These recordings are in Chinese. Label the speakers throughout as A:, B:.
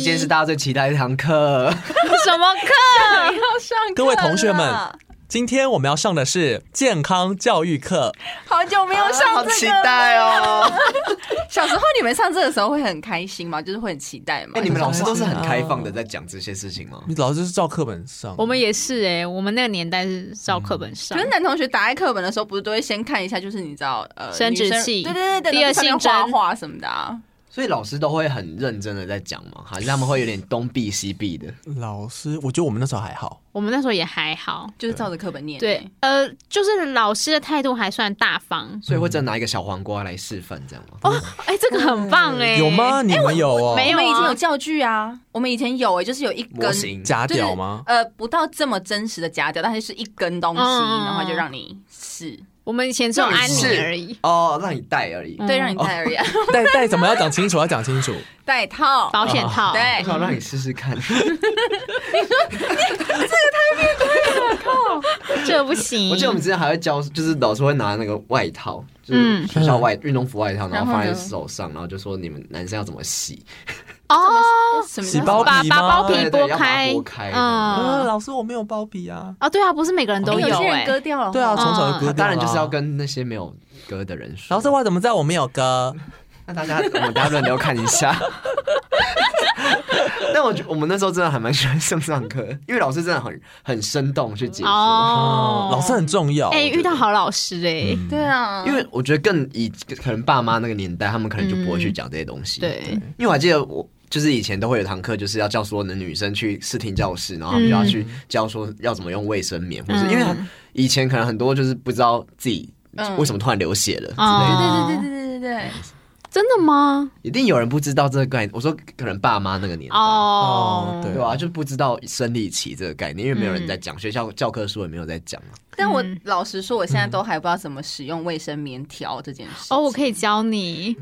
A: 今天是大家最期待的一堂课，
B: 什么
C: 哎
B: 课？要上
D: 各位同学们，今天我们要上的是健康教育课，
C: 好久没有上
A: 好啊
C: 这个、
A: 期待哦！
C: 小时候你们上这个时候会很开心吗？就是会很期待吗？
A: 哎，你们老师都是很开放的在讲这些事情吗？
D: 你老师是照课本上，
B: 我们也是哎、我们那个年代是照课本上
A: 嗯
C: 可，是男同学打开课本的时候，不是都会先看一下，就是你知道，呃，
B: 生殖
C: 女生
B: 器
C: 对对对对，
B: 第二性征
C: 然后上面画画什么的啊。
A: 所以老师都会很认真的在讲吗？还是他们会有点东避西避的？
D: 老师，我觉得我们那时候还好，
B: 我们那时候也还好。
C: 就是照着课本念，
B: 对，呃，就是老师的态度还算大 方
A: 所以会再拿一个小黄瓜来示范这样吗？
B: 哦，哎、这个很棒哎、
D: 有吗？？你们有哦？
B: 没
C: 哎我
B: 有啊
C: 们以前有教具啊，我们以前有哎、就是有一
A: 模
C: 根
A: 型
D: 假
C: 就是
D: 屌吗？
C: 呃，不到这么真实的夹掉，但是是一根东西，
B: 嗯
C: 然后就让你试，
B: 我们以前只有安妮而已，
A: 哦，让你戴而已。
B: 嗯
C: 对，让你戴而已啊，
A: 哦
D: 戴戴怎么要讲清楚？要讲清 楚。
C: 戴套。
B: 保险 套。
A: 我
C: 对，
A: 想让你试试 看，
B: 这个不行。
A: 我记得我们之前还会教，就是老师会拿那个外套，就
B: 嗯
A: 是学校外运动服外套，然
C: 然
A: 后
C: 后
A: 放在
C: 呢
A: 手上，然后就说你们男生要怎么洗，
B: 哦，
C: 什么
D: 洗
C: 叫
D: 包
B: 把
D: 皮
B: 把
D: 吗
B: 包皮
A: 对对
B: 剥
A: 要把它
B: 开，
A: 剥开
D: 啊，
B: 嗯，
D: 老师，我没有包皮啊。
B: 哦，对啊，不是每个人都
D: 有
C: 有些
B: 哎、
C: 人割掉了，哦
D: 对啊，从小就割掉了啊。
A: 当然就是要跟那些没有割的人说。
D: 老师，我怎么知道我没有割？
A: 那大家我们大家轮流看一下。但我觉我们那时候真的还蛮喜欢上这堂课，因为老师真的很很生动去解说。
B: 哦，
D: 嗯老师很重要。
B: 哎、
D: 我觉得嗯
B: 遇到好老师哎、
C: 对啊，
A: 因为我觉得更以可能爸妈那个年代，他们可能就不会去讲这些东西。
B: 嗯对，
A: 因为我还记得我就是以前都会有堂课，就是要教所有的女生去试听教室，然后他们就要去
B: 嗯
A: 教说要怎么用卫生棉，或者是因为他以前可能很多就是不知道自己
C: 嗯
A: 为什么突然流血了之类
B: 哦
A: 的，
C: 对对对对
B: 嗯
C: 对对
B: 真的吗？
A: 一定有人不知道这个概念。我说可能爸妈那个年代。
B: 哦
D: 哦，对
A: 对啊，就不知道生理期这个概念，因为没有人在讲，学校教科书也没有在讲啊。
B: 嗯
C: 对，但我老实说，我现在都还不知道怎么使用卫生棉条这件事。
B: 哦，我可以教你。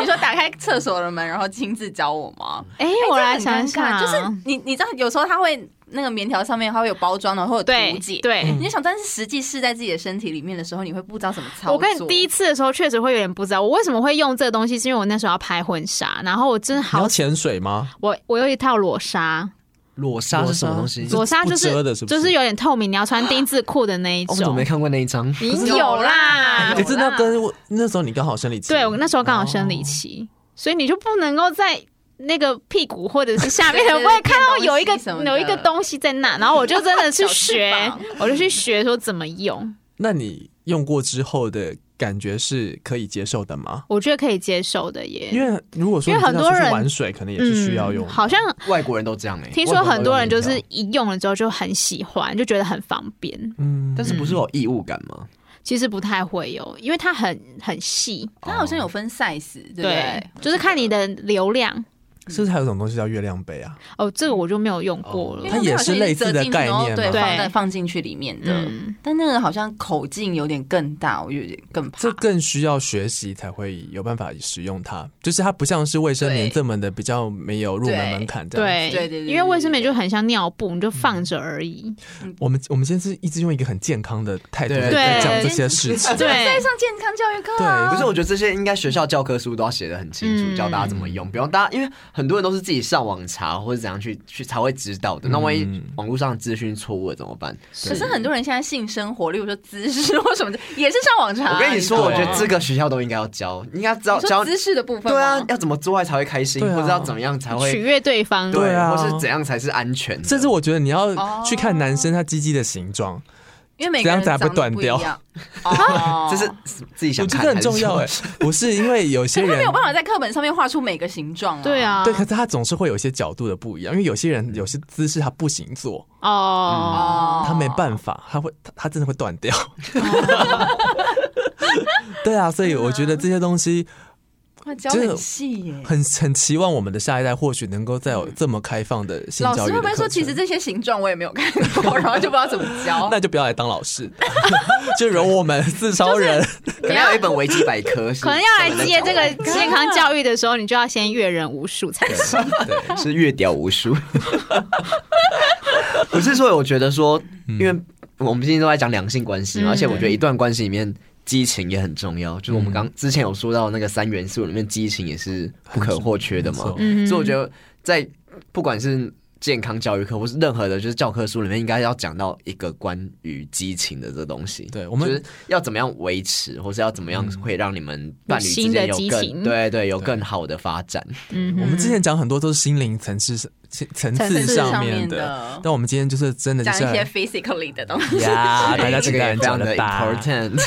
C: 你说打开厕所的门，然后亲自教我吗？
B: 哎、
C: 哎
B: 我
C: 这
B: 来
C: 很
B: 想
C: 尴
B: 想，啊
C: 尬就是你你知道，有时候它会那个棉条上面它会有包装的，会有
B: 对
C: 图解，，
B: 对。
D: 嗯
C: 你就想，但是实际试在自己的身体里面的时候，你会不知道怎么嗯操作。
B: 我跟你第一次的时候确实会有点不知道，我为什么会用这个东西，是因为我那时候要拍婚纱，然后我真的
D: 你
B: 好
D: 要，潜水吗？
B: 我我有一套裸纱，
A: 裸纱是什么东西？
D: 裸
B: 裸纱就
D: 不遮的是哦不是
B: 就是有点透明，你要穿丁字裤的那一
A: 我怎么
B: 种
A: 没。看过那一张？
B: 你
C: 是
B: 有啦
C: 有啦
D: 可，是那跟我那时候你刚好生理期，
B: 啊
D: 哦
B: 对我那时候刚好生理
C: 哦
B: 期，所以你就不能够在那个屁股或者是下 面
C: 对对对
B: 我也看到
C: 垫
B: 有一个
C: 东西什么的
B: 有一个东西在那，然后我就真的去学
C: 小翅膀，
B: 我就去学说怎么用，
D: 那你用过之后的感觉是可以接受的吗？
B: 我觉得可以接受的
D: 因
B: 耶。
D: 为如果说
B: 因为
D: 你真的
B: 很多
D: 要出
B: 人嗯
D: 去玩水，可能也是需要用。
B: 好像
A: 外国人都这样哎、
B: 听
A: 外
B: 说
A: 国
B: 很多人
A: 都
B: 就
A: 用那一
B: 是
A: 条，
B: 一用了之后就很喜欢，就觉得很方便。
D: 嗯，
A: 但是不是有异物感吗？
B: 其实不太会有，因为它很很细，
C: 它好像有分 size，对不
B: 对
C: 对？，
B: 就是看你的流量。
D: 是不是还有一种东西叫月亮杯啊？
B: 哦，这个我就没有用过
C: 因为
B: 了。
D: 它也
C: 好像
D: 是类似的概
C: 折进去
D: 念
C: 然后对，
B: 嘛
C: 放在放进去里面的。
B: 嗯，
C: 但那个好像口径有点更大，我有点更怕
D: 这。更需要学习才会有办法使用它，就是它不像是卫生棉
C: 对
D: 这么的比较没有入门门槛这样。，
B: 对
C: 对对对对
B: 因为卫生棉就很像尿布，你就放着而已。
D: 我们我们现在是一直用一个很健康的态度
A: 对
D: 在在讲这些 事情。
B: 对，
C: 上健康教育课
D: 啊
A: 不是，我觉得这些应该学校教科书都要写的很清楚，
B: 嗯
A: 教大家怎么用，不用大家，因为很多人都是自己上网查或者怎样去去才会知道的。
D: 嗯
A: 那万一网络上资讯错误了怎么办？
C: 可是很多人现在性生活，例如说姿势或什么的，也是上网查。
A: 我跟你说，
C: 知道
A: 我
C: 吗
A: 觉得这个学校都应该要教，应该教
C: 你说
A: 教
C: 姿势的部分吗，
A: 对啊，要怎么做爱才会开心，
D: 对啊
A: 或者要怎么样才
B: 取
A: 会
B: 悦对方。
D: 对啊
A: 或是怎样才是安全的。
D: 甚至我觉得你要
C: 哦
D: 去看男生他鸡鸡的形状，
C: 因为每个人
D: 这
C: 长
D: 样才不
C: 得
D: 会断
C: 不一样。 哦
A: 这是自己
D: 我
A: 想
D: 觉
A: 看
D: 得很重要
A: 哎
D: 哎、。不是因为有些
C: 他没
D: 人
C: 有办法在课本上面画出每个形状啊。
B: 对，啊，
D: 对，可是他总是会有一些角度的不一样，因为有些人有些姿势他不行做，
B: 哦，
C: 哦，
D: 他没办法，他会他他真的会断 掉。对啊，所以我觉得这些东西。
C: 们教
D: 真的
C: 很细耶。
D: 很很期望我们的下一代或许能够再有这么开放的性
C: 嗯老
D: 教
C: 师
D: 育
C: 会
D: 的
C: 不会
D: 课
C: 说，
D: 程。
C: 其实这些形状我也没有看 过，然后就不知道怎么教？
D: 那就不要来当老师， 就容我们四超人。
A: 可能要有一本维基百科，是
B: 可能要来接这个健康教育的时候，你就要先阅人无数才行。
D: 嗯 对，
A: 是越屌无数。 不是说我觉得说，
D: 嗯
A: 因为我们今天都在讲两性关系嘛，
B: 嗯
A: 而且我觉得一段关系里面激情也很重要。就是
D: 嗯
A: 我们刚之前有说到那个三元素里面，激情也是不可或缺的嘛。
D: 没错
B: 嗯，
A: 所以我觉得在不管是健康教育课或是任何的，就是教科书里面，应该要讲到一个关于激情的这东西。
D: 对我们嗯
A: 就是要怎么样维持，或是要怎么样会让你们伴侣之
B: 新的
A: 间有
B: 激情
A: 更对对有更好的发展。
B: 嗯哼
D: 我们之前讲很多都是心灵层次层
B: 层
D: 次
B: 次
D: 上
C: 上
D: 面
C: 面
D: 的，
C: 的，
D: 但我们今天就是真的就
C: 讲一些
D: 是
C: physically 的东西。
D: 呀，啊大 家
A: 这
D: 期
A: 个
D: 待
A: 也
D: 很
A: 非
D: 久
A: 常的
D: 了吧？
A: important。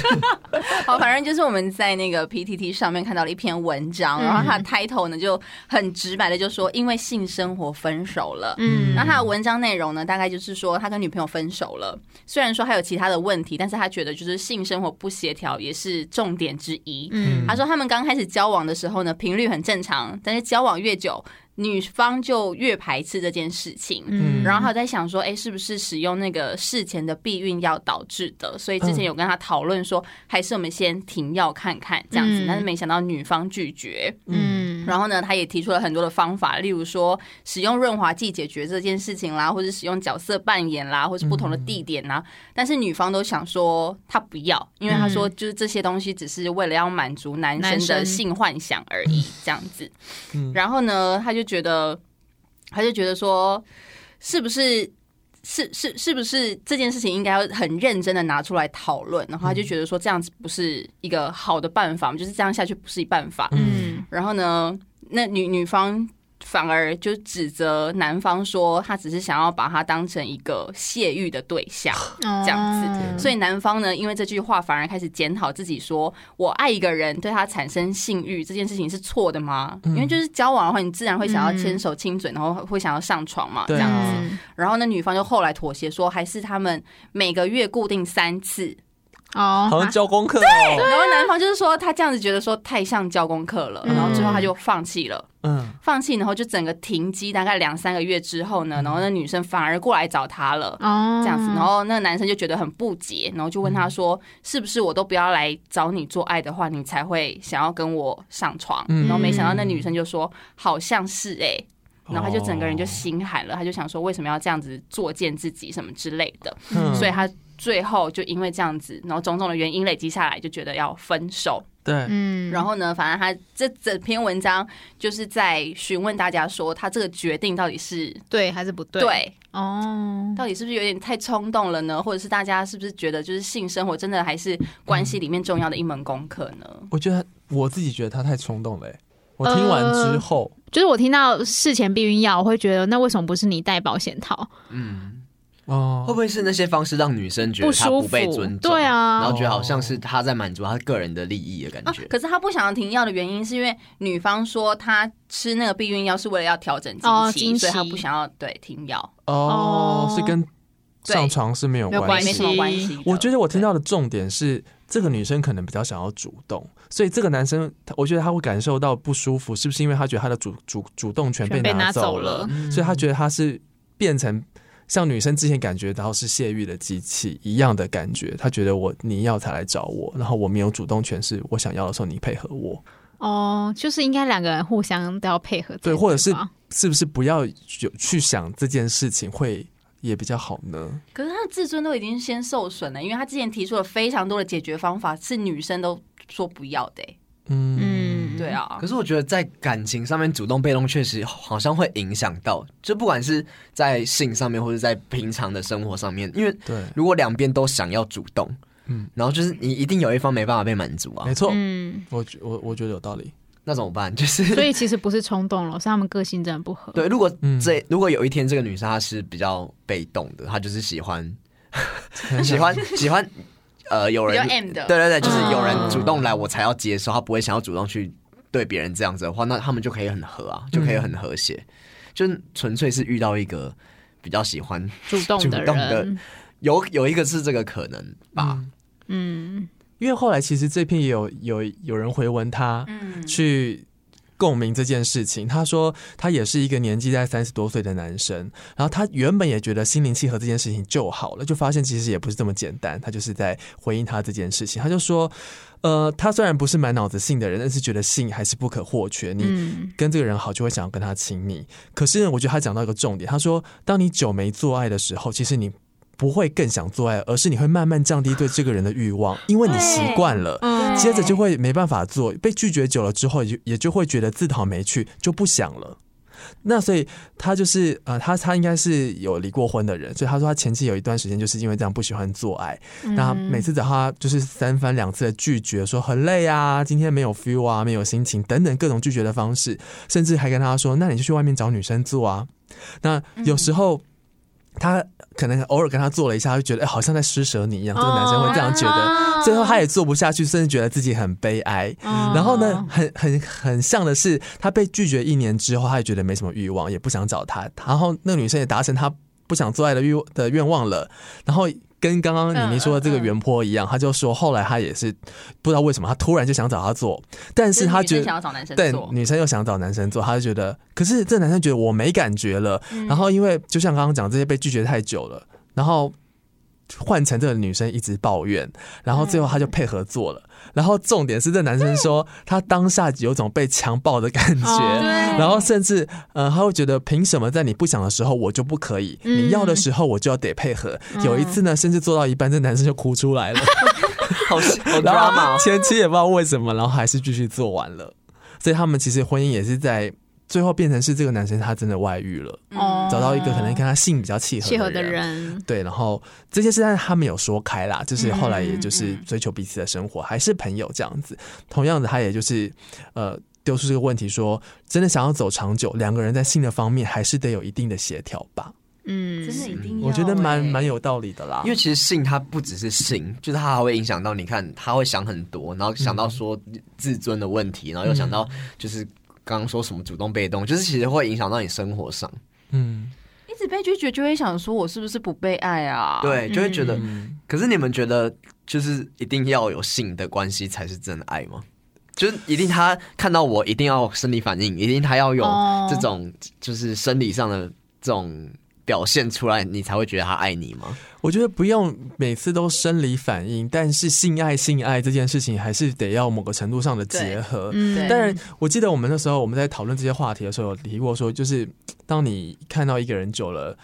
C: 好，反正就是我们在那个 PTT 上面看到了一篇文章，
B: 嗯
C: 然后它的 title 呢就很直白的就说，因为性生活分手了。
B: 嗯
C: 那他的文章内容呢，大概就是说他跟女朋友分手了，虽然说还有其他的问题，但是他觉得就是性生活不协调也是重点之一。
B: 嗯
C: 他说他们刚开始交往的时候呢，频率很正常，但是交往越久，女方就越排斥这件事情。
D: 嗯
C: 然后还有在想说，哎，是不是使用那个事前的避孕药导致的？所以之前有跟他讨论说，还是我们先停药看看这样子
B: 嗯，
C: 但是没想到女方拒绝。
B: 嗯
C: 然后呢，他也提出了很多的方法，例如说使用润滑剂解决这件事情啦，或者使用角色扮演啦，或是不同的地点啦。但是女方都想说她不要，因为她说就是这些东西只是为了要满足男
B: 男
C: 生
B: 生
C: 的性幻想而已，这样子
D: 嗯。
C: 然后呢，他就觉得，他就觉得说，是不是？是是是不是这件事情应该要很认真的拿出来讨论？然后他就觉得说这样子不是一个好的办法，就是这样下去不是一办法。
B: 嗯
C: 然后呢，那女女方反而就指责男方说，他只是想要把他当成一个泄欲的对象，
B: 这
C: 嗯这样子。所以男方呢，因为这句话反而开始检讨自己说我爱一个人对他产生性欲这件事情是错的吗？因为就是交往的话，你自然会想要牵手、亲嘴，然后会想要上床嘛，这
D: 对
C: 样子。
D: 啊
B: 嗯
C: 然后那女方就后来妥协说，还是他们每个月固定三次。
B: 哦，
D: 好像交功课哦，
C: 然后男方就是说他这样子觉得说太像交功课了，然后最后他就放弃了。
D: 嗯，
C: 放弃，然后就整个停机，大概两三个月之后呢，然后那女生反而过来找他了。
B: 哦
C: 这样子，然后那个男生就觉得很不解，然后就问他说：“是不是我都不要来找你做爱的话，你才会想要跟我上床？”
D: 嗯
C: 然后没想到那女生就说：“好像是哎、然后他就整个人就心寒了，他就想说为什么要这样子作践自己什么之类的，
D: 嗯
C: 所以他最后就因为这样子，然后种种的原因累积下来，就觉得要分手。
D: 对，
B: 嗯
C: 然后呢，反正他这整篇文章就是在询问大家说，他这个决定到底是
B: 对还是不对？
C: 对，
B: 哦，
C: 到底是不是有点太冲动了呢？或者是大家是不是觉得就是性生活真的还是关系里面重要的一门功课呢？
D: 我觉得我自己觉得他太冲动了欸。我听完之后，
B: 就是我听到事前避孕药，我会觉得那为什么不是你戴保险套？
D: 哦
A: 嗯
B: 呃
A: 会，不会是那些方式让女生觉得她
B: 不
A: 不
B: 舒服
A: 被尊重？
B: 对啊
A: 然后觉得好像是她在满足她个人的利益的
C: 啊
A: 感觉，。
C: 可是他不想要停药的原因是因为女方说她吃那个避孕药是为了要调整
B: 哦
C: 经
B: 经
C: 期，所以
B: 期
C: 她不想要对停药，
D: 哦，
B: 哦
D: 是跟
C: 对
D: 上床是没有
B: 没有
D: 关
C: 没
D: 系
C: 什么关系的。
D: 我觉得我听到的重点是，这个女生可能比较想要主动，所以这个男生，他我觉得他会感受到不舒服，是不是因为他觉得他的主主主动权被
B: 全被拿
D: 走
B: 走了
D: 所以他觉得他是变成像女生之前感觉到是泄欲的机器一样的感觉，他觉得我你要才来找我，然后我没有主动权，是我想要的时候你配合我，
B: 哦，就是应该两个人互相都要配合才吧，
D: 对或者是不是不要有去想这件事情会也比较好呢？
C: 可是他的自尊都已经先受损了，因为他之前提出了非常多的解决方法，是女生都说不要的、欸
B: 嗯，
C: 对，啊
A: 可，是我觉得在感情上面主动被动确实好像会影响到，就不管是在性上面或者在平常的生活上面，因为
D: 对，
A: 如果两边都想要主动，
D: 嗯
A: 嗯，然后就是你一定有一方没办法被满足啊
D: 没，错，
B: 嗯，
D: 我觉我我觉得有道理。
A: 那怎么办？就是
B: 所以其实不是冲动了，是他们个性真的不合。
A: 对，如果
D: 嗯
A: 这、如果有一天这个女生她是比较被动的，她就是喜欢 喜欢喜欢呃有
C: 比较
A: 人
C: M 的
A: 对对对，就是有人
D: 哦
B: 嗯
A: 主动来我才要接受，她不会想要主动去对别人这样子的话，那他们就可以很和啊，就
D: 嗯
A: 可以很和谐，就纯粹是遇到一个比较喜欢
B: 主动的
A: 主动的
B: 人，
A: 有有一个是这个可能吧，
B: 嗯
D: 因为后来其实这篇也有有有人回文他
C: 嗯
D: 去共鸣这件事情。他说他也是一个年纪在三十多岁的男生，然后他原本也觉得心灵契合这件事情就好了，就发现其实也不是这么简单。他就是在回应他这件事情，他就说，呃，他虽然不是满脑子性的人，但是觉得性还是不可或缺。你
B: 嗯，
D: 跟这个人好，就会想要跟他亲密。可是呢，我觉得他讲到一个重点，他说，当你久没做爱的时候，其实你。不会更想做爱，而是你会慢慢降低对这个人的欲望，因为你习惯了。
B: 嗯
D: 接着就会没办法做，被拒绝久了之后，也就也就会觉得自讨没趣，就不想了。那所以他就是呃，他他应该是有离过婚的人，所以他说他前期有一段时间就是因为这样不喜欢做爱，
B: 嗯
D: 那每次找他就是三番两次的拒绝，说很累啊，今天没有 feel 啊，没有心情等等各种拒绝的方式，甚至还跟他说，那你就去外面找女生做啊。那有时候他可能偶尔跟他做了一下，他就觉得哎、好像在施舍你一样，这个男生会这样觉得。
B: 哦
D: 最后他也做不下去，甚至觉得自己很悲哀。
B: 嗯
D: 然后呢，很很很像的是，他被拒绝一年之后，他也觉得没什么欲望，也不想找他。然后那个女生也达成他不想做爱的欲的愿望了。然后跟刚刚妮妮说的这个袁坡一样，他就说后来他也是不知道为什么，他突然就想找他做，但
C: 就是
D: 他
C: 女生
D: 觉
C: 想
D: 得。
C: 要找男生
D: 对，
C: 做，
D: 女生又想找男生做，他就觉得，可是这男生觉得我没感觉了。
C: 嗯
D: 然后因为就像刚刚讲，这些被拒绝太久了，然后换成这个女生一直抱怨，然后最后他
C: 嗯
D: 就配合做了。然后重点是，这男生说他当下有种被强暴的感
B: 哦
D: 觉。
B: 对
D: 然后甚至，呃，他会觉得凭什么在你不想的时候我就不可以，你要
C: 嗯
D: 的时候我就要得配合。有一次呢，甚至做到一半，这男生就哭出来了，
A: 好好
D: 然
A: drama
D: 后
A: 哦。
D: 前妻也不知道为什么，然后还是继续做完了。所以他们其实婚姻也是在最后变成是这个男生他真的外遇了，
C: 嗯
B: 哦
D: 找到一个可能跟他性比较契合
B: 契合的。人，
D: 对，然后这些事但是他们有说开啦，就是后来也
C: 嗯
D: 就是
C: 嗯嗯
D: 追求彼此的生活，还是朋友这样子。同样的，他也就是呃丢出这个问题说，真的想要走长久，两个人在性的方面还是得有一定的协调吧。
B: 嗯，哦哎
C: 真的一定要欸，
D: 我觉得蛮蛮有道理的啦
A: 因。为其实性它不只是性，就是它还会影响到你看，他会想很多，然后想到说自尊的问题，然后又想
B: 嗯
A: 到就是刚刚说什么主动被动，就是其实会影响到你生活上，
D: 嗯
C: 一直被拒绝就会想说，我是不是不被爱啊？，
A: 对，就会觉得。
D: 嗯，
A: 可是你们觉得就是一定要有性的关系才是真的爱吗？就是一定他看到我一定要有生理反应，一定他要有
B: 哦
A: 这种就是生理上的这种表现出来，你才会觉得他爱你吗？
D: 我觉得不用每次都生理反应，但是性爱性爱这件事情还是得要某个程度上的结
C: 对
D: 合。
B: 嗯，
D: 当然，我记得我们那时候我们在讨论这些话题的时候，有提过说，就是当你看到一个人久了，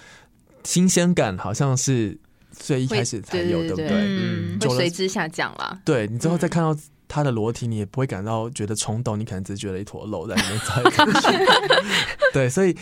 D: 新鲜感好像是最一开始才有，
C: 会
D: 对
C: 对
D: 不
C: 对
D: 对？
C: 对
D: 嗯，
B: 嗯
D: 久
C: 会
D: 了
C: 随，之下降啦。
D: 对你之后再看到他的裸体，你也不会感到觉得冲动，你可能只是觉得一坨肉在里面走来走去。 对，所以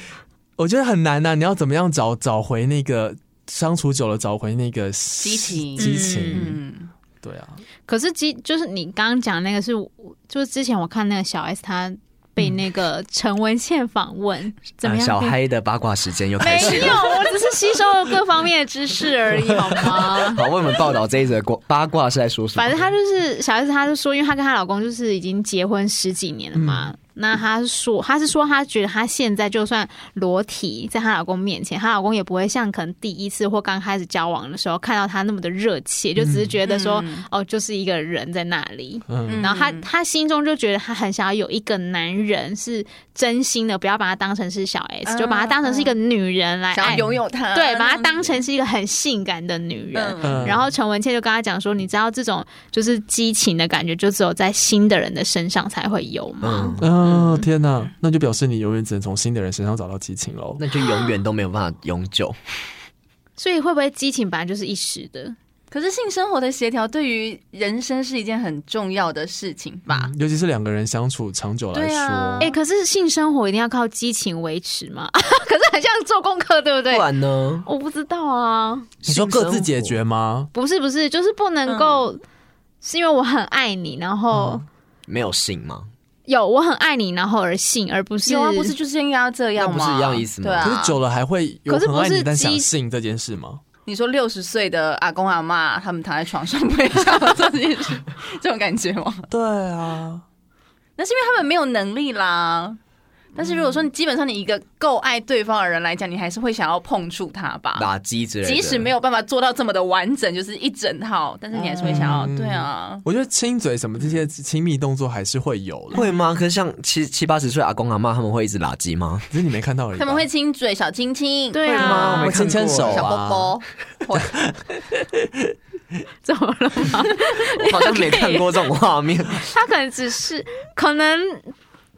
D: 我觉得很难呐、啊你要怎么样找找回那个相处久了找回那个激
C: 情
D: 激情，
C: 嗯，
D: 对啊，
B: 可是基就是你刚刚讲那个是我，就是之前我看那个小 S 她被那个陈文茜访问，怎么
A: 啊
B: 样？
A: 小嗨的八卦时间又开
B: 没
A: 始
B: 有，
A: 了。
B: 我只是吸收了各方面的知识而已，好吗？
A: 好，为我们报道这一则瓜八卦是在说什么？
B: 反正她就是小 S，她就说，因为她跟她老公就是已经结婚十几年了嘛。那她说，她是说，她觉得她现在就算裸体在她老公面前，她老公也不会像可能第一次或刚开始交往的时候看到她那么的热切，就只是觉得说，
C: 嗯
B: 哦，就是一个人在那里。
D: 嗯
C: 嗯
B: 然后她她心中就觉得她很想要有一个男人是真心的，不要把她当成是小 S，、
C: 嗯
B: 就把她当成是一个女人来
C: 想
B: 爱
C: 要。拥有他，
B: 对，把她当成是一个很性感的女人。
C: 嗯
D: 嗯
B: 然后陈文茜就跟她讲说：“你知道这种就是激情的感觉，就只有在新的人的身上才会有吗？”
A: 嗯，
D: 嗯、天哪，那就表示你永远只能从新的人身上找到激情喽。
A: 那就永远都没有办法永久。
B: 所以会不会激情本来就是一时的？
C: 可是性生活的协调对于人生是一件很重要的事情吧？
D: 嗯尤其是两个人相处长久来
C: 对
D: 说，
C: 啊
B: 哎、可是性生活一定要靠激情维持吗？ 可是很像做功课，对不对
A: 不？然呢？
B: 我不知道啊，
D: 你说各自解决吗？
B: 不是不是，就是不能够、是因为我很爱你，然后、
A: 没有性吗？
B: 有我很爱你，然后而性，而
D: 嗯
B: 不是
C: 有啊，不是就是应该要这样吗？
A: 那不是一样意思吗
C: 对啊，
D: 可是久了还会有
B: 可是
D: 很
B: 不
D: 爱你
B: 是
D: 但想
B: 激
D: 性这件事吗？
C: 你说六十岁的阿公阿妈他们躺在床上不会想要做这件事， 这种感觉吗？
D: 对啊，
C: 那是因为他们没有能力啦。但是如果说你基本上你一个够爱对方的人来讲，你还是会想要碰触他吧？
A: 打击之类的。
C: 即使没有办法做到这么的完整，就是一整套，但是你还是会想要，
D: 嗯
C: 对啊，
D: 我觉得亲嘴什么这些亲密动作还是会有的，
A: 会吗？可是像七七八十岁阿公阿妈，他们会一直打击吗？
D: 只是你没看到而已吧。
C: 他们会亲嘴、小亲亲，
B: 对啊会吗我没
D: 会牵牵手
C: 小
D: 啊，
C: 包包，会
B: 怎么了？
A: 我好像没看过这种画面。
B: 他可能只是可能。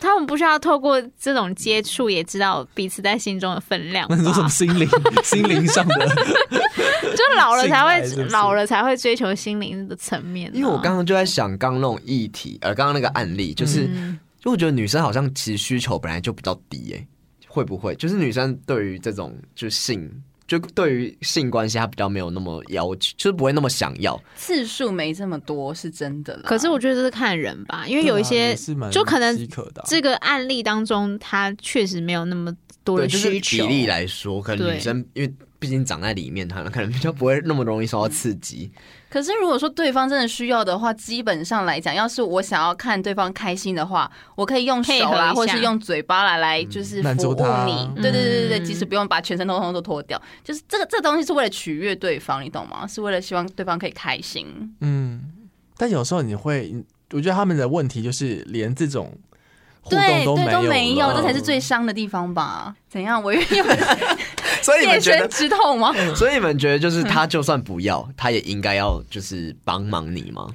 B: 他们不需要透过这种接触，也知道彼此在心中的分量吧。
D: 那你说什么心灵心灵上的？
B: 就老了才会
D: 性爱是不是
B: 老了才会追求心灵的层面啊、
A: 因为我刚刚就在想，刚刚那种议题，呃，刚刚那个案例，就是，
B: 嗯
A: 就我觉得女生好像其实需求本来就比较低、耶，会不会就是女生对于这种就性，就对于性关系她比较没有那么要求，就是不会那么想要。
C: 次数没这么多，是真的啦。
B: 可是我觉得这是看人吧，因为有一
D: 啊
B: 些、就可能这个案例当中，他确实没有那么多
A: 对，
B: 的
A: 就是
B: 需
A: 比
B: 求。
A: 例来说，可能
B: 对
A: 女生因为毕竟长在里面，她可能比较不会那么容易受到刺激。
C: 可是如果说对方真的需要的话，基本上来讲，要是我想要看对方开心的话，我可以用
B: 配
C: 手
B: 合一
C: 啦，
B: 下
C: 或是用嘴巴啦来就是
D: 满
C: 服
D: 足
C: 务
D: 他
C: 你。
D: 嗯
C: 对对对对对，即使不用把全身通通都脱掉，就是这个这东西是为了取悦对方，你懂吗？是为了希望对方可以开心。
D: 嗯，但有时候你会，我觉得他们的问题就是连这种互动
C: 对
D: 都
C: 对，都
D: 没
C: 没有，
D: 有，
C: 这才是。最伤的地方吧？怎样？我又 有
A: 所以你
C: 切
A: 们觉
C: 身
A: 得，
C: 之痛吗？
A: 所以你们觉得就是她就算不要，她也应该要就是帮忙你吗？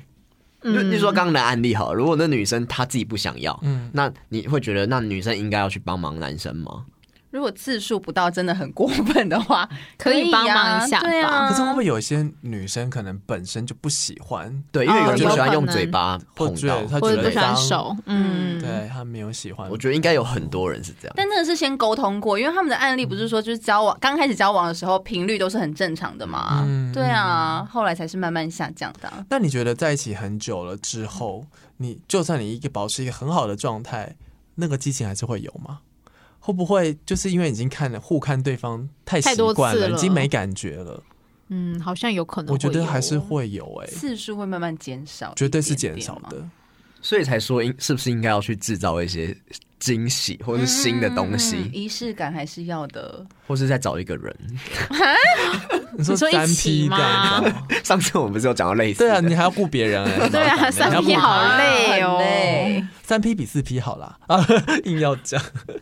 A: 就
B: 嗯
A: 就说刚刚的案例好了，如果那女生她自己不想要，
D: 嗯，
A: 那你会觉得那女生应该要去帮忙男生吗？
C: 如果次数不到真的很过分的话，
B: 可以
C: 以
B: 帮
C: 呀
B: 忙一下
C: 对
B: 吧
C: 啊，
D: 可是会不会有一些女生可能本身就不喜欢，
A: 对，因为有人
B: 哦
A: 不喜欢
B: 有可
A: 用
B: 能
A: 嘴巴
D: 或
A: 碰
D: 觉
A: 到
D: 得，她
B: 或
D: 觉
B: 者
D: 得
B: 不喜欢
D: 脏，
B: 手，嗯，
D: 对啊她没有喜欢。
A: 我觉得应该有很多人是这样。
C: 但那个是先沟通过，因为他们的案例不是说就是交往刚开始交往的时候频率都是很正常的嘛，
D: 嗯
C: 对啊，后来才是慢慢下降的啊、
D: 那你觉得在一起很久了之后，你就算你一个保持一个很好的状态，那个激情还是会有吗？会不会就是因为已经看了互看对方太习
B: 太多
D: 惯
B: 次
D: 了，已
B: 了
D: 经没感觉了？
B: 嗯，好像有可能。
D: 我觉得还是，会有哎、
C: 次数会慢慢减少，
D: 绝对是
C: 一点
D: 减
C: 点
D: 少
C: 嘛。
D: 的。
A: 所以才说应是不是应该要去制造一些惊喜或是新的东西，
C: 嗯嗯嗯仪式感还是要的。
A: 或是再找一个人？
D: 你说
B: 你说一
D: 三
B: 起
D: P 这样子 哦，
A: 上次我们不是有讲到类似的？
D: 对啊，你还要顾别人哎、
B: 对啊，三 P
D: 你要
B: 好
D: 帮忙
B: 累哦，
C: 很累
D: 三 P 比四 P 好啦， 啊，硬要讲，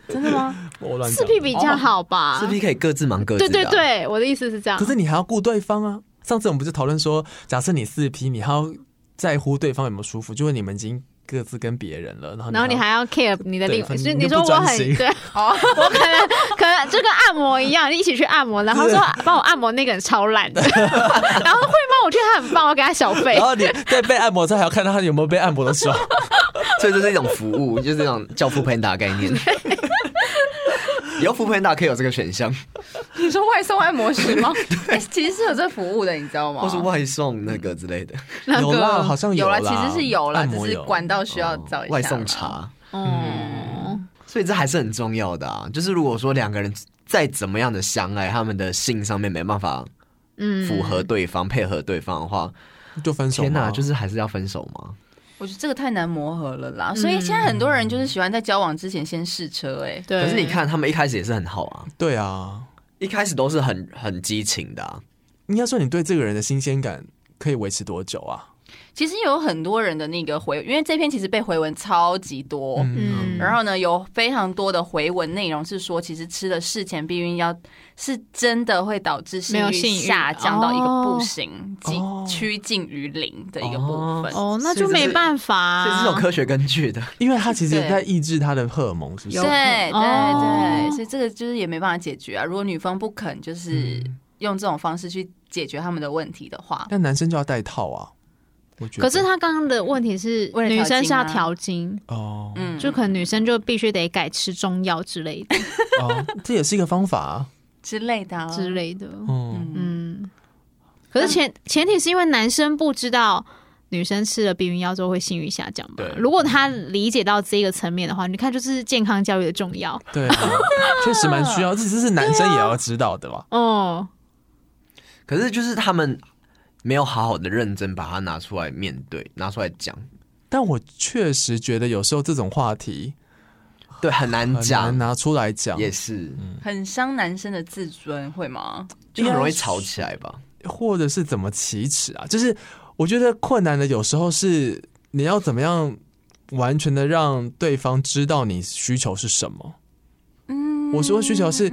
C: 真的 吗？
D: 我乱
B: 四
D: 讲
B: P 比较好
D: 哦
B: 吧？
A: 是不是可以各自忙各自
B: 对
A: 的
B: 对
A: 啊、
B: 对，我的意思是这样
D: 可。是你还要顾对方啊。上次我们不是讨论说，假设你四 P，你还要在乎对方有没有舒服，就是你们已经各自跟别人了，然后
B: 然后你还要 care 你的
D: 对
B: 另，
D: 反正
B: 就
D: 你
B: 你
D: 就
B: 说
D: 不
B: 我
D: 专
B: 很
D: 心
B: 对，
C: 啊
B: 我可能可能就跟按摩一样，一起去按摩，然后说帮我按摩那个人超懒的， 然后会吗？我觉得他很棒，我给他小费哦
D: 然。后你在被按摩的时候还要看到他有没有被按摩的手，
A: 所以这是一种服务，就是这种叫 Food Panda 概念。 以后 Food Panda 可以有这个选项，
C: 你说外送按摩师吗？ 哎其实是有这服务的，你知道吗？
A: 或是外送那个之类的，
C: 那
D: 有
C: 个
D: 啦好像
C: 有
D: 有啦
C: 其实是有啦，
D: 按
C: 只
D: 摩
C: 是
D: 有
C: 管道需要找一下啦。
A: 外送茶。
B: 哦，
A: 所以这还是很重要的啊。就是如果说两个人再怎么样的相爱，他们的性上面没办法
B: 嗯，
A: 符合对方、配合对方的话，啊
D: 就分手吗。
A: 天哪，就是还是要分手吗？
C: 我觉得这个太难磨合了啦，所以现在很多人就是喜欢在交往之前先试车、哎，
B: 对。
A: 可是你，看，他们一开始也是很好啊，
D: 对啊，
A: 一开始都是很很激情的、啊，
D: 应该说你对这个人的新鲜感可以维持多久啊？
C: 其实有很多人的那个回，因为这篇其实被回文超级多，
B: 嗯，
C: 然后呢有非常多的回文内容是说，其实吃了事前避孕药是真的会导致
B: 没
C: 性
B: 有
C: 欲
B: 性欲
C: 下降到一个不行，
D: 哦
C: 近趋近于零的一个部分。
B: 哦，那就
A: 所以这
B: 没
A: 是
B: 办法
A: 所以
B: 啊。
A: 是有科学根据的。
D: 因为他其实
C: 对
D: 在抑制他的荷尔蒙，是不是
C: 对？对
B: 哦
C: 对，所以这个就是也没办法解决啊。如果女方不肯，就是用这种方式去解决他们的问题的话，
D: 但男生就要戴套啊，我觉得。
B: 可是他刚刚的问题是，
C: 为了
B: 女生是要
C: 调经啊
B: 调经，
D: 哦
C: 嗯，
B: 就可能女生就必须得改吃中药之类的
D: 哦，这也是一个方法啊。
C: 之类的啊
A: 哦
B: 之类的。
D: 嗯，
C: 嗯，
B: 嗯，可是前前提是因为男生不知道女生吃了避孕药之后会性欲下降嘛
A: 对。
B: 如果他理解到这个层面的话，你看就是健康教育的重要
D: 对啊，确实蛮需要，这只是男生也要知道的吧？
B: 哦。
A: 可是就是他们没有好好的认真把它拿出来面对，拿出来讲。
D: 但我确实觉得有时候这种话题
A: 对，很难
D: 很
A: 嗯
D: 难
A: 讲，嗯
D: 拿出来讲，
A: 也是，
C: 很伤男生的自尊，会吗？
A: 就很容易吵起来吧。
D: 或者是怎么启齿啊？就是我觉得困难的有时候是你要怎么样完全的让对方知道你需求是什么。嗯，我说需求是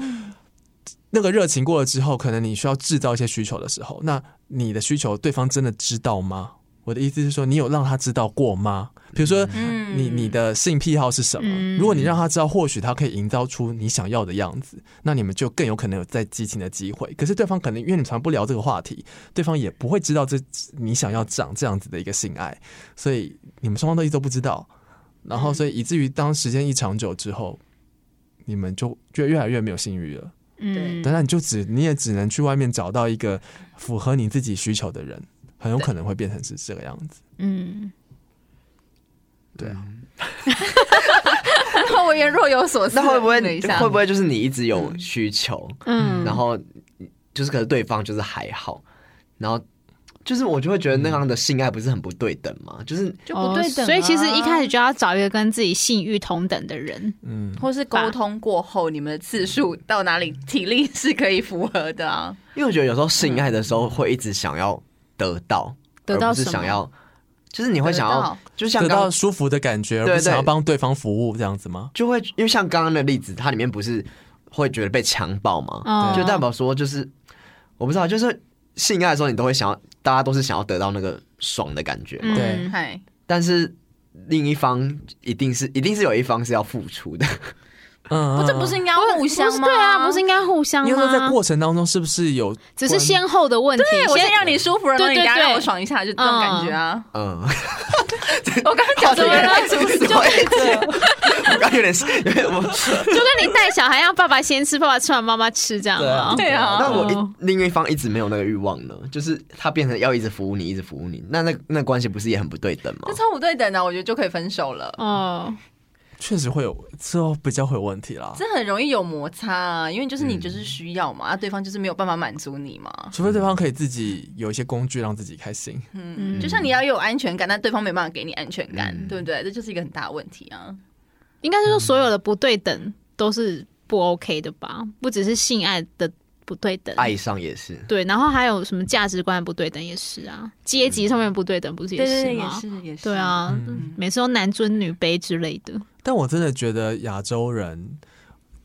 D: 那个热情过了之后，可能你需要制造一些需求的时候，那你的需求对方真的知道吗？我的意思是说，你有让他知道过吗？比如说，
C: 嗯
D: 你你的性癖好是什么？
B: 嗯
D: 如果你让他知道，或许他可以营造出你想要的样子，那你们就更有可能有再激情的机会。可是对方可能因为你常不聊这个话题，对方也不会知道这你想要长这样子的一个性爱，所以你们双方都一直都不知道。然后，所以以至于当时间一长久之后，你们就就越来越没有性欲了。
B: 嗯，
D: 当然，你就只你也只能去外面找到一个符合你自己需求的人，很有可能会变成是这个样子。
B: 嗯，
D: 对啊，
C: 我也若有所思。
A: 那会不会
C: 等一下？
A: 会不会就是你一直有需求，
B: 嗯，
A: 然后就是可能对方就是还好，然后就是我就会觉得那样的性爱不是很不对等嘛？就是
C: 就不对等啊、
B: 所以其实一开始就要找一个跟自己性欲同等的人。
D: 嗯，
C: 或是沟通过后，你们的次数到哪里，体力是可以符合的啊。
A: 因为我觉得有时候性爱的时候会一直想要得到，
B: 得到
A: 而不是
B: 什么
A: 想要，就是你会想
C: 得
A: 要
C: 到，
A: 就像
D: 得
A: 刚
D: 到舒服的感觉，而不
A: 对
D: 是
A: 对
D: 想要帮对方服务这样子吗？
A: 就会因为像刚刚的例子，它里面不是会觉得被强暴嘛，
B: 哦
A: 就代表说就是我不知道，就是性爱的时候你都会想要，大家都是想要得到那个爽的感觉嘛，
B: 嗯
D: 对
C: 嗨，
A: 但是另一方一定是一定是有一方是要付出的，
D: 嗯，
C: 不，
D: 嗯
C: 这不是应该互相
B: 不是
C: 吗？
B: 对啊，不是应该互相
D: 嗯因为说在
B: 吗？
D: 过程当中是不是有
B: 只是先后的问题。
C: 对我先让你舒服了，然后
B: 对
C: 你
B: 对
C: 等下让
B: 对
C: 我爽一下，就这种感觉啊。
A: 嗯，
C: 我刚刚讲嗯哦什么了？是不是就
A: 对，我刚有点有点我，
B: 就跟你带小孩一样，爸爸先吃，爸爸吃完妈妈吃这样啊。
C: 对啊
A: 那我
B: 哦
A: 一另一方一直没有那个欲望呢，就是他变成要一直服务你，一直服务你，那那那关系不是也很不对等吗
C: 这？超不对等的，啊我觉得就可以分手了。
B: 哦，
D: 确实会有，这比较会有问题啦。
C: 这很容易有摩擦啊，因为就是你
A: 嗯
C: 就是需要嘛，啊，对方就是没有办法满足你嘛。
D: 除非对方可以自己有一些工具让自己开心，
C: 嗯，就像你要有安全感，但对方没办法给你安全感，
A: 嗯
C: 对不对？这就是一个很大的问题啊。
B: 应该是说所有的不对等都是不 OK 的吧？不只是性爱的不对等，
A: 爱上也是，
B: 对，然后还有什么价值观的不对等也是啊，阶级上面不对等不是也是
C: 也
B: 吗？
C: 是也是。嗯
B: 对，啊，每次都男尊女卑之类的。
D: 嗯
C: 哦
D: 但我真的觉得亚洲人，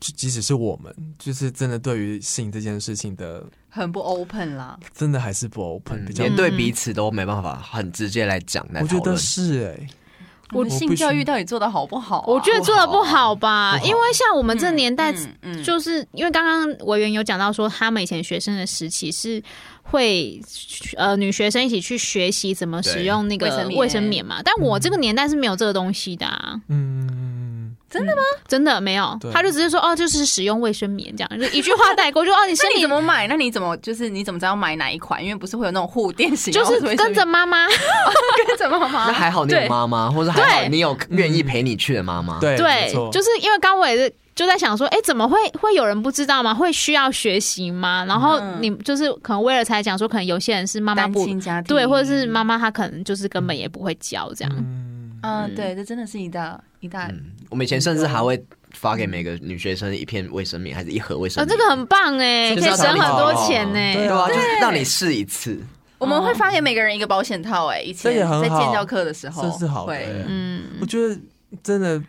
D: 就即使是我们，就是真的对于性这件事情的，
C: 很不 open 啦。
D: 真的还是不 open，、比较。嗯
A: 嗯连对彼此都没办法很直接来讲来
D: 我
A: 讨
D: 觉得
A: 论。
D: 是哎、
C: 我们
D: 我
C: 性
D: 不是
C: 教育到底做的好不好啊、
B: 我觉得做的不好吧，
D: 不好
B: 因为像我们这年代，
C: 嗯嗯
B: 就是因为刚刚委员有讲到说，他们以前学生的时期是会呃女学生一起去学习怎么使用那
C: 卫生
B: 个
C: 棉
B: 卫生棉嘛，但我这个年代是没有这个东西的、啊，
D: 嗯，
B: 真的没有
D: 对，
B: 他就只是说哦，就是使用卫生棉这样，就 一句话带过，就哦你身
C: 那你
B: 体
C: 怎。么买？那你怎么就是你怎么知道买哪一款？因为不是会有那种护垫型，
B: 就
C: 然后
B: 是
C: 会
B: 跟着 妈妈，
C: 跟着妈妈。
A: 那还好你有
C: 对
A: 妈妈，或者还好
B: 啊对
A: 你有愿意陪你去的妈妈。，
D: 对，
B: 对
D: 没错，
B: 就是因为刚我也是就在想说，哎、怎么会会有人不知道吗？会需要学习吗？然后
C: 嗯
B: 你就是可能为了才讲说，可能有些人是妈妈
C: 单
B: 不
C: 亲家庭，
B: 对，或者是妈妈她可能就是根本也不会教这样。
D: 嗯，
C: 嗯，对，这真的是一大一大。
A: 嗯我们以前甚至还会发给每个女学生一片卫生棉，还是一盒卫生
B: 啊，
A: 棉。
B: 这个很棒哎，
A: 就
B: 可
A: 是
B: 以
A: 要
B: 省很多钱哎
D: 对
A: 对
B: 呢。
A: 啊，就是让你试一次。
C: 我们会发给每个人一个保险套，哎，以前
D: 这也很
C: 在
D: 好
C: 建教课的时候，
D: 这是好的、
C: 会
D: 欸。
B: 嗯，
D: 我觉得真的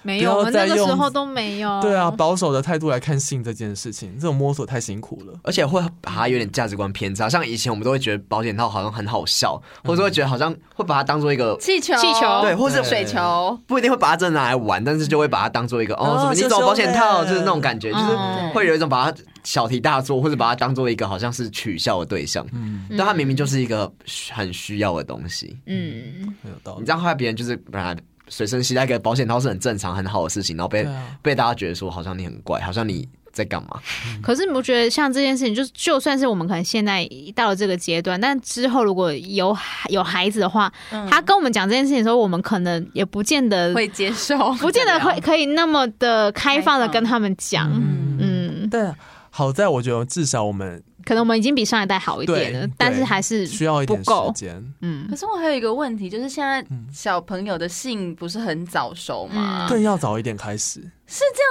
B: 没
D: 不
B: 有，
D: 要
B: 我们那
D: 再
B: 个时
D: 用
B: 候都没有。
D: 对啊，保守的态度来看性这件事情，这种摸索太辛苦了。
A: 而且会把它有点价值观偏差，像以前我们都会觉得保险套好像很好笑，或者会觉得好像会把它当做一个
C: 气球，
B: 气球
A: 对，或是
D: 对
C: 水球，
A: 不一定会把它真的拿来玩，但是就会把它当做一个哦
D: 哦
A: 什么你
D: 羞
A: 懂
D: 羞
A: 保险套，
D: 的
A: 就是那种感觉，就
B: 嗯
A: 是会有一种把它小题大做，或者把它当做一个好像是取笑的对象，但它明明就是一个很需要的东西。
B: 嗯，
D: 很有道
A: 你
D: 理
A: 这。样害别人就是本来随身携带一个保险套是很正常很好的事情，然后被、
D: 对啊
A: 被大家觉得说好像你很怪，好像你在干嘛？
B: 可是你不觉得像这件事情，就是就算是我们可能现在到了这个阶段，但之后如果有孩有孩子的话，他跟我们讲这件事情的时候，我们可能也不见得
C: 嗯会接 受，
B: 不见得会可以那么的开放的
C: 开放
B: 跟他们讲。
D: 嗯
B: 嗯，
D: 但好在我觉得至少我们
B: 可能我们已经比上一代好一点
D: 对
B: 了
D: 对，
B: 但是还是
D: 需要一
B: 不
D: 点时
B: 够。
D: 间。
B: 嗯
C: 可，是我还有一个问题，就是现在
D: 嗯
C: 小朋友的性不是很早熟吗？
B: 嗯
C: 这
D: 更要早一点开始，
C: 样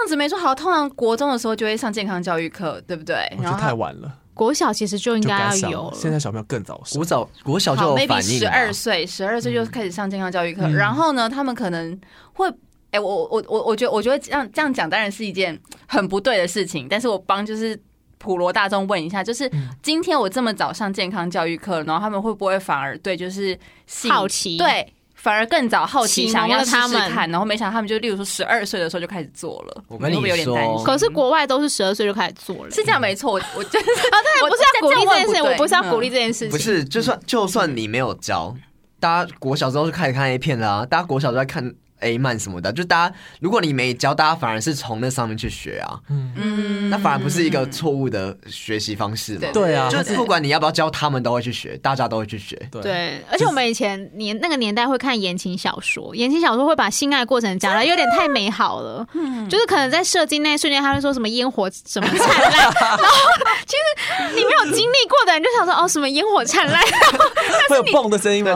C: 子没说好，通常国中的时候就会上健康教育课，对不对
A: 哦
D: 我？觉
C: 然
D: 得
C: 后
D: 太
C: 他
D: 晚了，
B: 国小其实就应
D: 就
B: 该
D: 该
B: 要
D: 上
B: 有
D: 了。
B: 了
D: 现在小朋友更早熟
A: 国，早国小就
C: 好
A: 有
C: ，maybe
A: 反应啊嗯
C: 十
A: 吧
C: 二岁，十二岁就开始上健康教育课，然后呢，他们可能会。哎、我我我我我觉得我觉得这样这样讲当然是一件很不对的事情，但是我帮就是普罗大众问一下，就是
A: 嗯
C: 今天我这么早上健康教育课，然后他们会不会反而对就是性
B: 好奇，，
C: 对，反而更早好奇
B: 启
C: 想
B: 蒙
C: 要
B: 了
C: 试
B: 他
C: 试
B: 们
C: 看，然后没想到他们就例如说十二岁的时候就开始做了，
A: 我跟
C: 会不会
A: 你
C: 有点担
A: 说
C: 心
B: 可是国外都是十二岁就开始做了，
C: 是这样没错，我我就是
B: 啊，但
C: 我
B: 不是要鼓励这件事情，
C: 我
B: 我不是要鼓励
C: 嗯
B: 这件事情，
A: 不是，就算就算你没有教，大家国小之后就开始看 A 片啦、大家国小就在看 A 漫什么的，就大家如果你没教，大家反而是从那上面去学啊，
C: 嗯
A: 那反而不是一个错误的学习方式嘛。
C: 对
D: 对啊，
A: 就
D: 他
A: 是
D: 是
A: 不管你要不要教，他们都会去学，大家都会去学。
D: 对，
B: 对，而且我们以前年那个年代会看言情小说，言情小说会把性爱过程讲的有点太美好了，
A: 嗯
B: 就是可能在射精那一瞬间，他会说什么烟火 什么灿烂，然后其实你没有经历过的人就想说哦什么烟火灿烂，
D: 会有蹦的声音吗？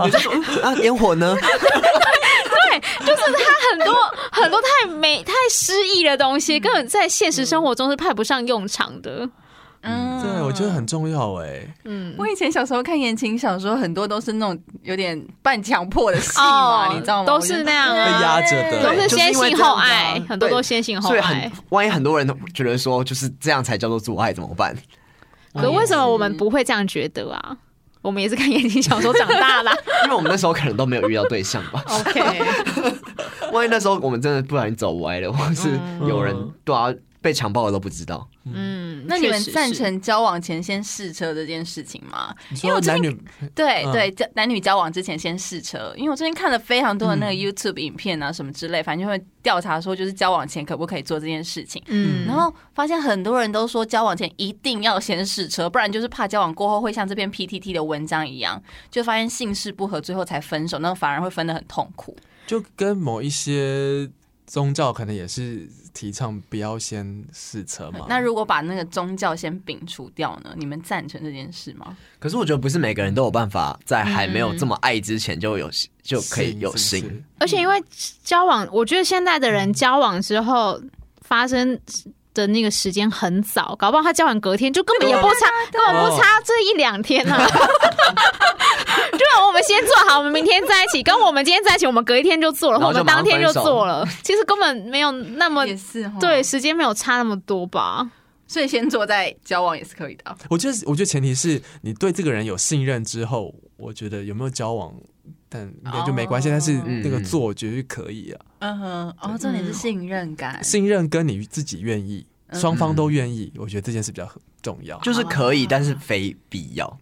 A: 啊，烟火呢？
B: 对，就是他很多很多太美太诗意的东西，根本在现实生活中是派不上用场的。
C: 嗯
D: 对，我觉得很重要哎。
B: 嗯，
C: 我以前小时候看言情小说，很多都是那种有点半强迫的戏嘛，
B: 哦
C: 你知道吗？
B: 都是那样啊
D: 被压着的
B: 都
D: 对
B: 是
A: 就是因
B: 先
A: 为
B: 性
A: 这样
B: 后
A: 子啊
B: 爱，很多
A: 对
B: 都先性后
A: 所以
B: 爱
A: 很。，万一很多人都觉得说就是这样才叫做做爱怎么办？
B: 可为什么我们不会这样觉得啊？我们也是看言情小说长 大啦。
A: 因为我们那时候可能都没有遇到对象 吧。
B: OK，
A: 万一那时候我们真的不小心走歪了，或是有人
D: 嗯
A: 对啊被强暴了都不知道。
B: 嗯，
C: 那你们
B: 确实是
C: 赞？成交往前先试车这件事情吗？
D: 你
C: 因为
D: 说
C: 我最
D: 男
C: 近
D: 女
C: 对
D: 嗯
C: 对，交男女交往之前先试车，因为我最近看了非常多的
D: 嗯
C: 那个 YouTube 影片啊，什么之类，反正就会调查说，就是交往前可不可以做这件事情。
B: 嗯，
C: 然后发现很多人都说交往前一定要先试车，不然就是怕交往过后会像这篇 PTT 的文章一样，就发现性事不合，最后才分手，那反而会分得很痛苦。
D: 就跟某一些宗教可能也是提倡不要先试车嘛。
C: 那如果把那个宗教先摒除掉呢？你们赞成这件事吗？
A: 可是我觉得不是每个人都有办法在还没有这么爱之前就有、
B: 嗯
A: 就可以有
D: 性是不
A: 性
D: 是，
B: 而且因为交往，我觉得现在的人交往之后发生。的那个时间很早，搞不好他交往隔天就根本也不差，根本不差这一两天 呢、啊。就我们先做好，我们明天在一起，跟我们今天在一起，我们隔一天就做了，
A: 然
B: 或
A: 后
B: 我
A: 就
B: 们
A: 马上
B: 当天就
A: 分手
B: 做了。其实根本没有那么
C: 是哈
B: 对，，时间没有差那么多吧。
C: 所以先做再交往也是可以的啊。
D: 我觉得，我觉得前提是你对这个人有信任之后，我觉得有没有交往，但应该就没关系。
C: 哦
D: 但是那个做，我觉得是可以啊。
C: 嗯哼，哦，
B: 重点是
C: 信任感
D: 信任跟你自己愿意，
C: 嗯
D: 双方都愿意，我觉得这件事比较重要。
A: 就是可
B: 啊
A: 以，但是非必要。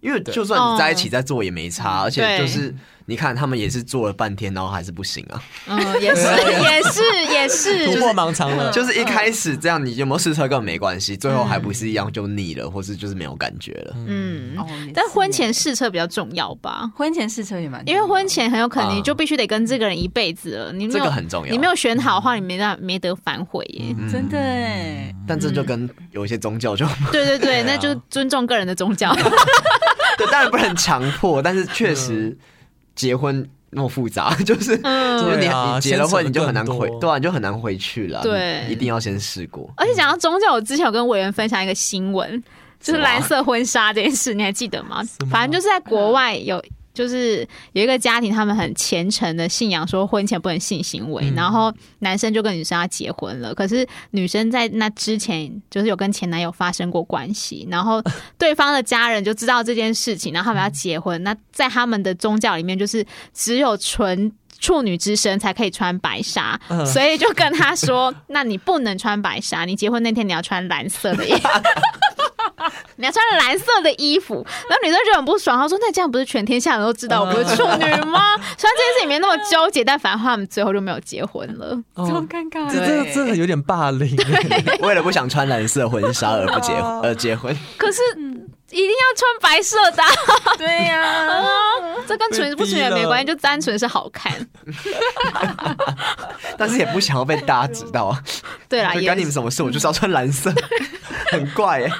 A: 因为就算你在一起再做也没
B: 嗯
A: 差，而且就是你看他们也是做了半天，然后还是不行啊。
B: 嗯，也是， 也是，也
D: 突
B: 是。嗯
D: 破盲肠了，
A: 就是一开始这样，你有没有试车根本没关系，最后还不是一样就腻了，或是就是没有感觉了。
B: 嗯，
C: 哦，
B: 但婚前试车比较重要吧，
C: 婚前试车也蛮重
B: 因
C: 要
B: 为
C: 的，
B: 婚前很有可能
A: 嗯
B: 你就必须得跟这个人一辈子了，你没
A: 这
B: 有
A: 个很重要
B: 你没有选好的话，你没那没得反悔耶。
A: 嗯
C: 真的哎，
A: 但这就
B: 嗯
A: 跟有一些宗教就，
B: 对对
A: 啊
B: 对，那就尊重个人的 宗教。
A: 对，当然不能强迫，但是确实结婚那么复杂，就是
B: 嗯，
A: 就是你
D: 对啊
A: 你结了婚，你就很难
D: 牵扯
A: 回
D: 得更，多
A: 对啊，你就很难回去了。
B: 对
A: 你一定要先试过。
B: 而且讲到宗教，我之前有跟委员分享一个新闻，就是
A: 什么啊
B: 蓝色婚纱这件事，你还记得吗？反正就是在国外有。就是有一个家庭，他们很虔诚的信仰说婚前不能性行为，
D: 嗯
B: 然后男生就跟女生要结婚了，可是女生在那之前就是有跟前男友发生过关系，然后对方的家人就知道这件事情，然后他们要结婚。那在他们的宗教里面，就是只有纯处女之身才可以穿白纱，
D: 嗯
B: 所以就跟他说：“那你不能穿白纱，你结婚那天你要穿蓝色的衣服。”你要穿蓝色的衣服，然后女生就很不爽，她说：“那这样不是全天下人都知道我不是处女吗？”虽然这件事情没那么纠结，但反正他们最后就没有结婚了。
C: 超
D: 哦，
C: 尴尬的
D: 这
C: 欸，
D: 这真的有点霸凌。啊
A: 为了不想穿蓝色婚纱而不结而结婚，
B: 可是一定要穿白色的 啊、
C: 对呀，
B: 这跟纯不纯也没关系，就单纯是好 看。
A: 但是也不想要被大家知道啊。
B: 对啦，
A: 就
B: 也
A: 欸干你们什么事？我就是要穿蓝色，很怪耶。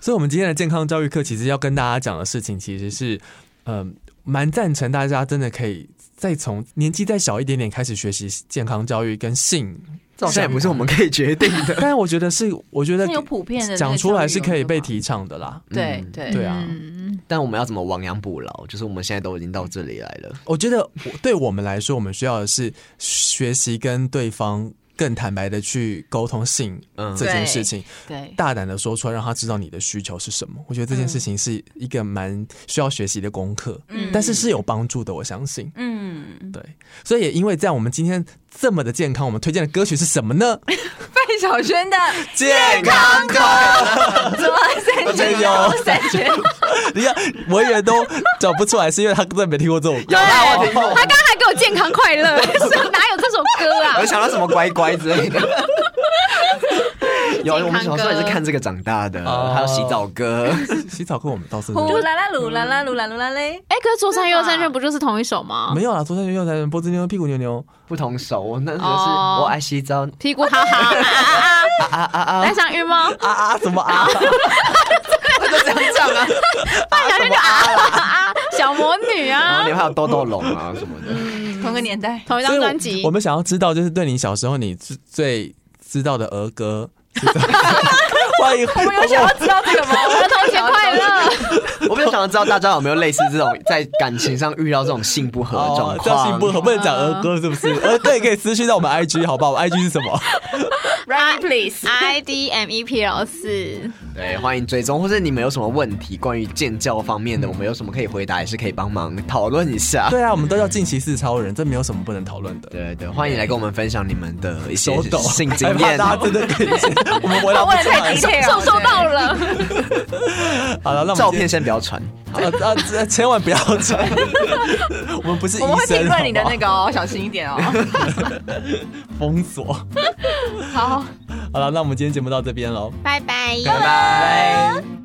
D: 所以，我们今天的健康教育课其实要跟大家讲的事情，其实是，嗯、蛮赞成大家真的可以再从年纪再小一点点开始学习健康教育跟 性，
A: 这好像也不是我们可以决定的。
D: 但是我觉得是，我觉得
C: 是有普遍的
D: 讲出来是可以被提倡的啦。
C: 对
A: 嗯
C: 对
D: 对啊
B: 嗯
A: 但我们要怎么亡羊补牢？就是我们现在都已经到这里来了，
D: 我觉得我对我们来说，我们需要的是学习跟对方更坦白的去沟通性
A: 嗯
D: 这件事情，
C: 对
D: 大胆的说出来，让他知道你的需求是什么。我觉得这件事情是一个蛮需要学习的功课，
C: 嗯
D: 但是是有帮助的，我相信。
C: 嗯，
D: 对，所以也因为这样，我们今天这么的健康，我们推荐的歌曲是什么 呢？
C: 费小 轩的
D: 健康歌。
C: 左
D: 哦
C: 三圈 右三圈，
D: 你看，我也都找不出来，是因为他根本没听过这首歌。
A: 有啦，我听过。
B: 他刚刚还给我健康快 乐，是哪有这首歌啊
A: 我？想到什么乖乖之类的。有，
B: 健康
A: 我们小时候也是
B: 歌
A: 看这个长大的，
D: 哦
A: 还有洗澡歌。
D: 洗澡歌我们倒是没有
C: 呼啦啦噜啦啦噜啦噜啦嘞，
B: 哎，可是左三右三圈不就是同一首吗
D: 没？有啦，左三圈右三圈，脖子扭扭，屁股扭扭。
A: 不同手，我那时候
B: 哦
A: 是我爱洗澡啊
B: 屁股哈哈啊啊啊啊！来上浴吗？
D: 啊啊， 什么啊？
A: 就这样唱啊，
B: 范小轩就啊啊啊，小魔女
A: 然后
B: 啊
A: 你，们还有豆豆龙啊什么的。
C: 同个年代，
B: 同一
D: 所
B: 张
D: 以我
B: 专辑
D: 我。们想要知道，就是对你小时候你最最知道的儿歌。是什 么欢迎， 哦
C: 我们有想要知道这个吗？
B: 儿童 节快乐，
A: 我比较想要知道大家有没有类似这种在感情上遇到这种性不合
D: 哦
A: 的状
D: 叫信
A: 况。
D: 不合，不能讲儿歌是不 是？儿歌也可以私讯到我们 IG 好不好？我们 IG 是什么？
C: Run please，
B: I D M E P L 四，
A: 对，欢迎追踪，或者你们有什么问题关于建教方面的，我们有什么可以回答，也是可以帮忙讨论一下。
D: 对啊，我们都叫近期四超人，这没有什么不能讨论的。
A: 对对，欢迎来跟我们分享你们的一些
D: 手抖，
A: 性经验。
D: 害 怕
A: 哦
D: 大家真的可以，我 们回答不
C: 问的
D: 出
C: 太
D: 来。
C: detail，
B: 受受哎到
C: 了，
B: 了。
D: 好了，那我们
A: 照
D: 今天
A: 片先不要传，
D: 啊啊！这千万不要传， 我们不是医
C: 我
D: 生，
C: 们会评论你的
D: 好不好
C: 那个哦，小心一点哦。
D: 封锁。
C: 好。
D: 好了，那我们今天节目到这边喽，
B: 拜拜。
A: 拜拜。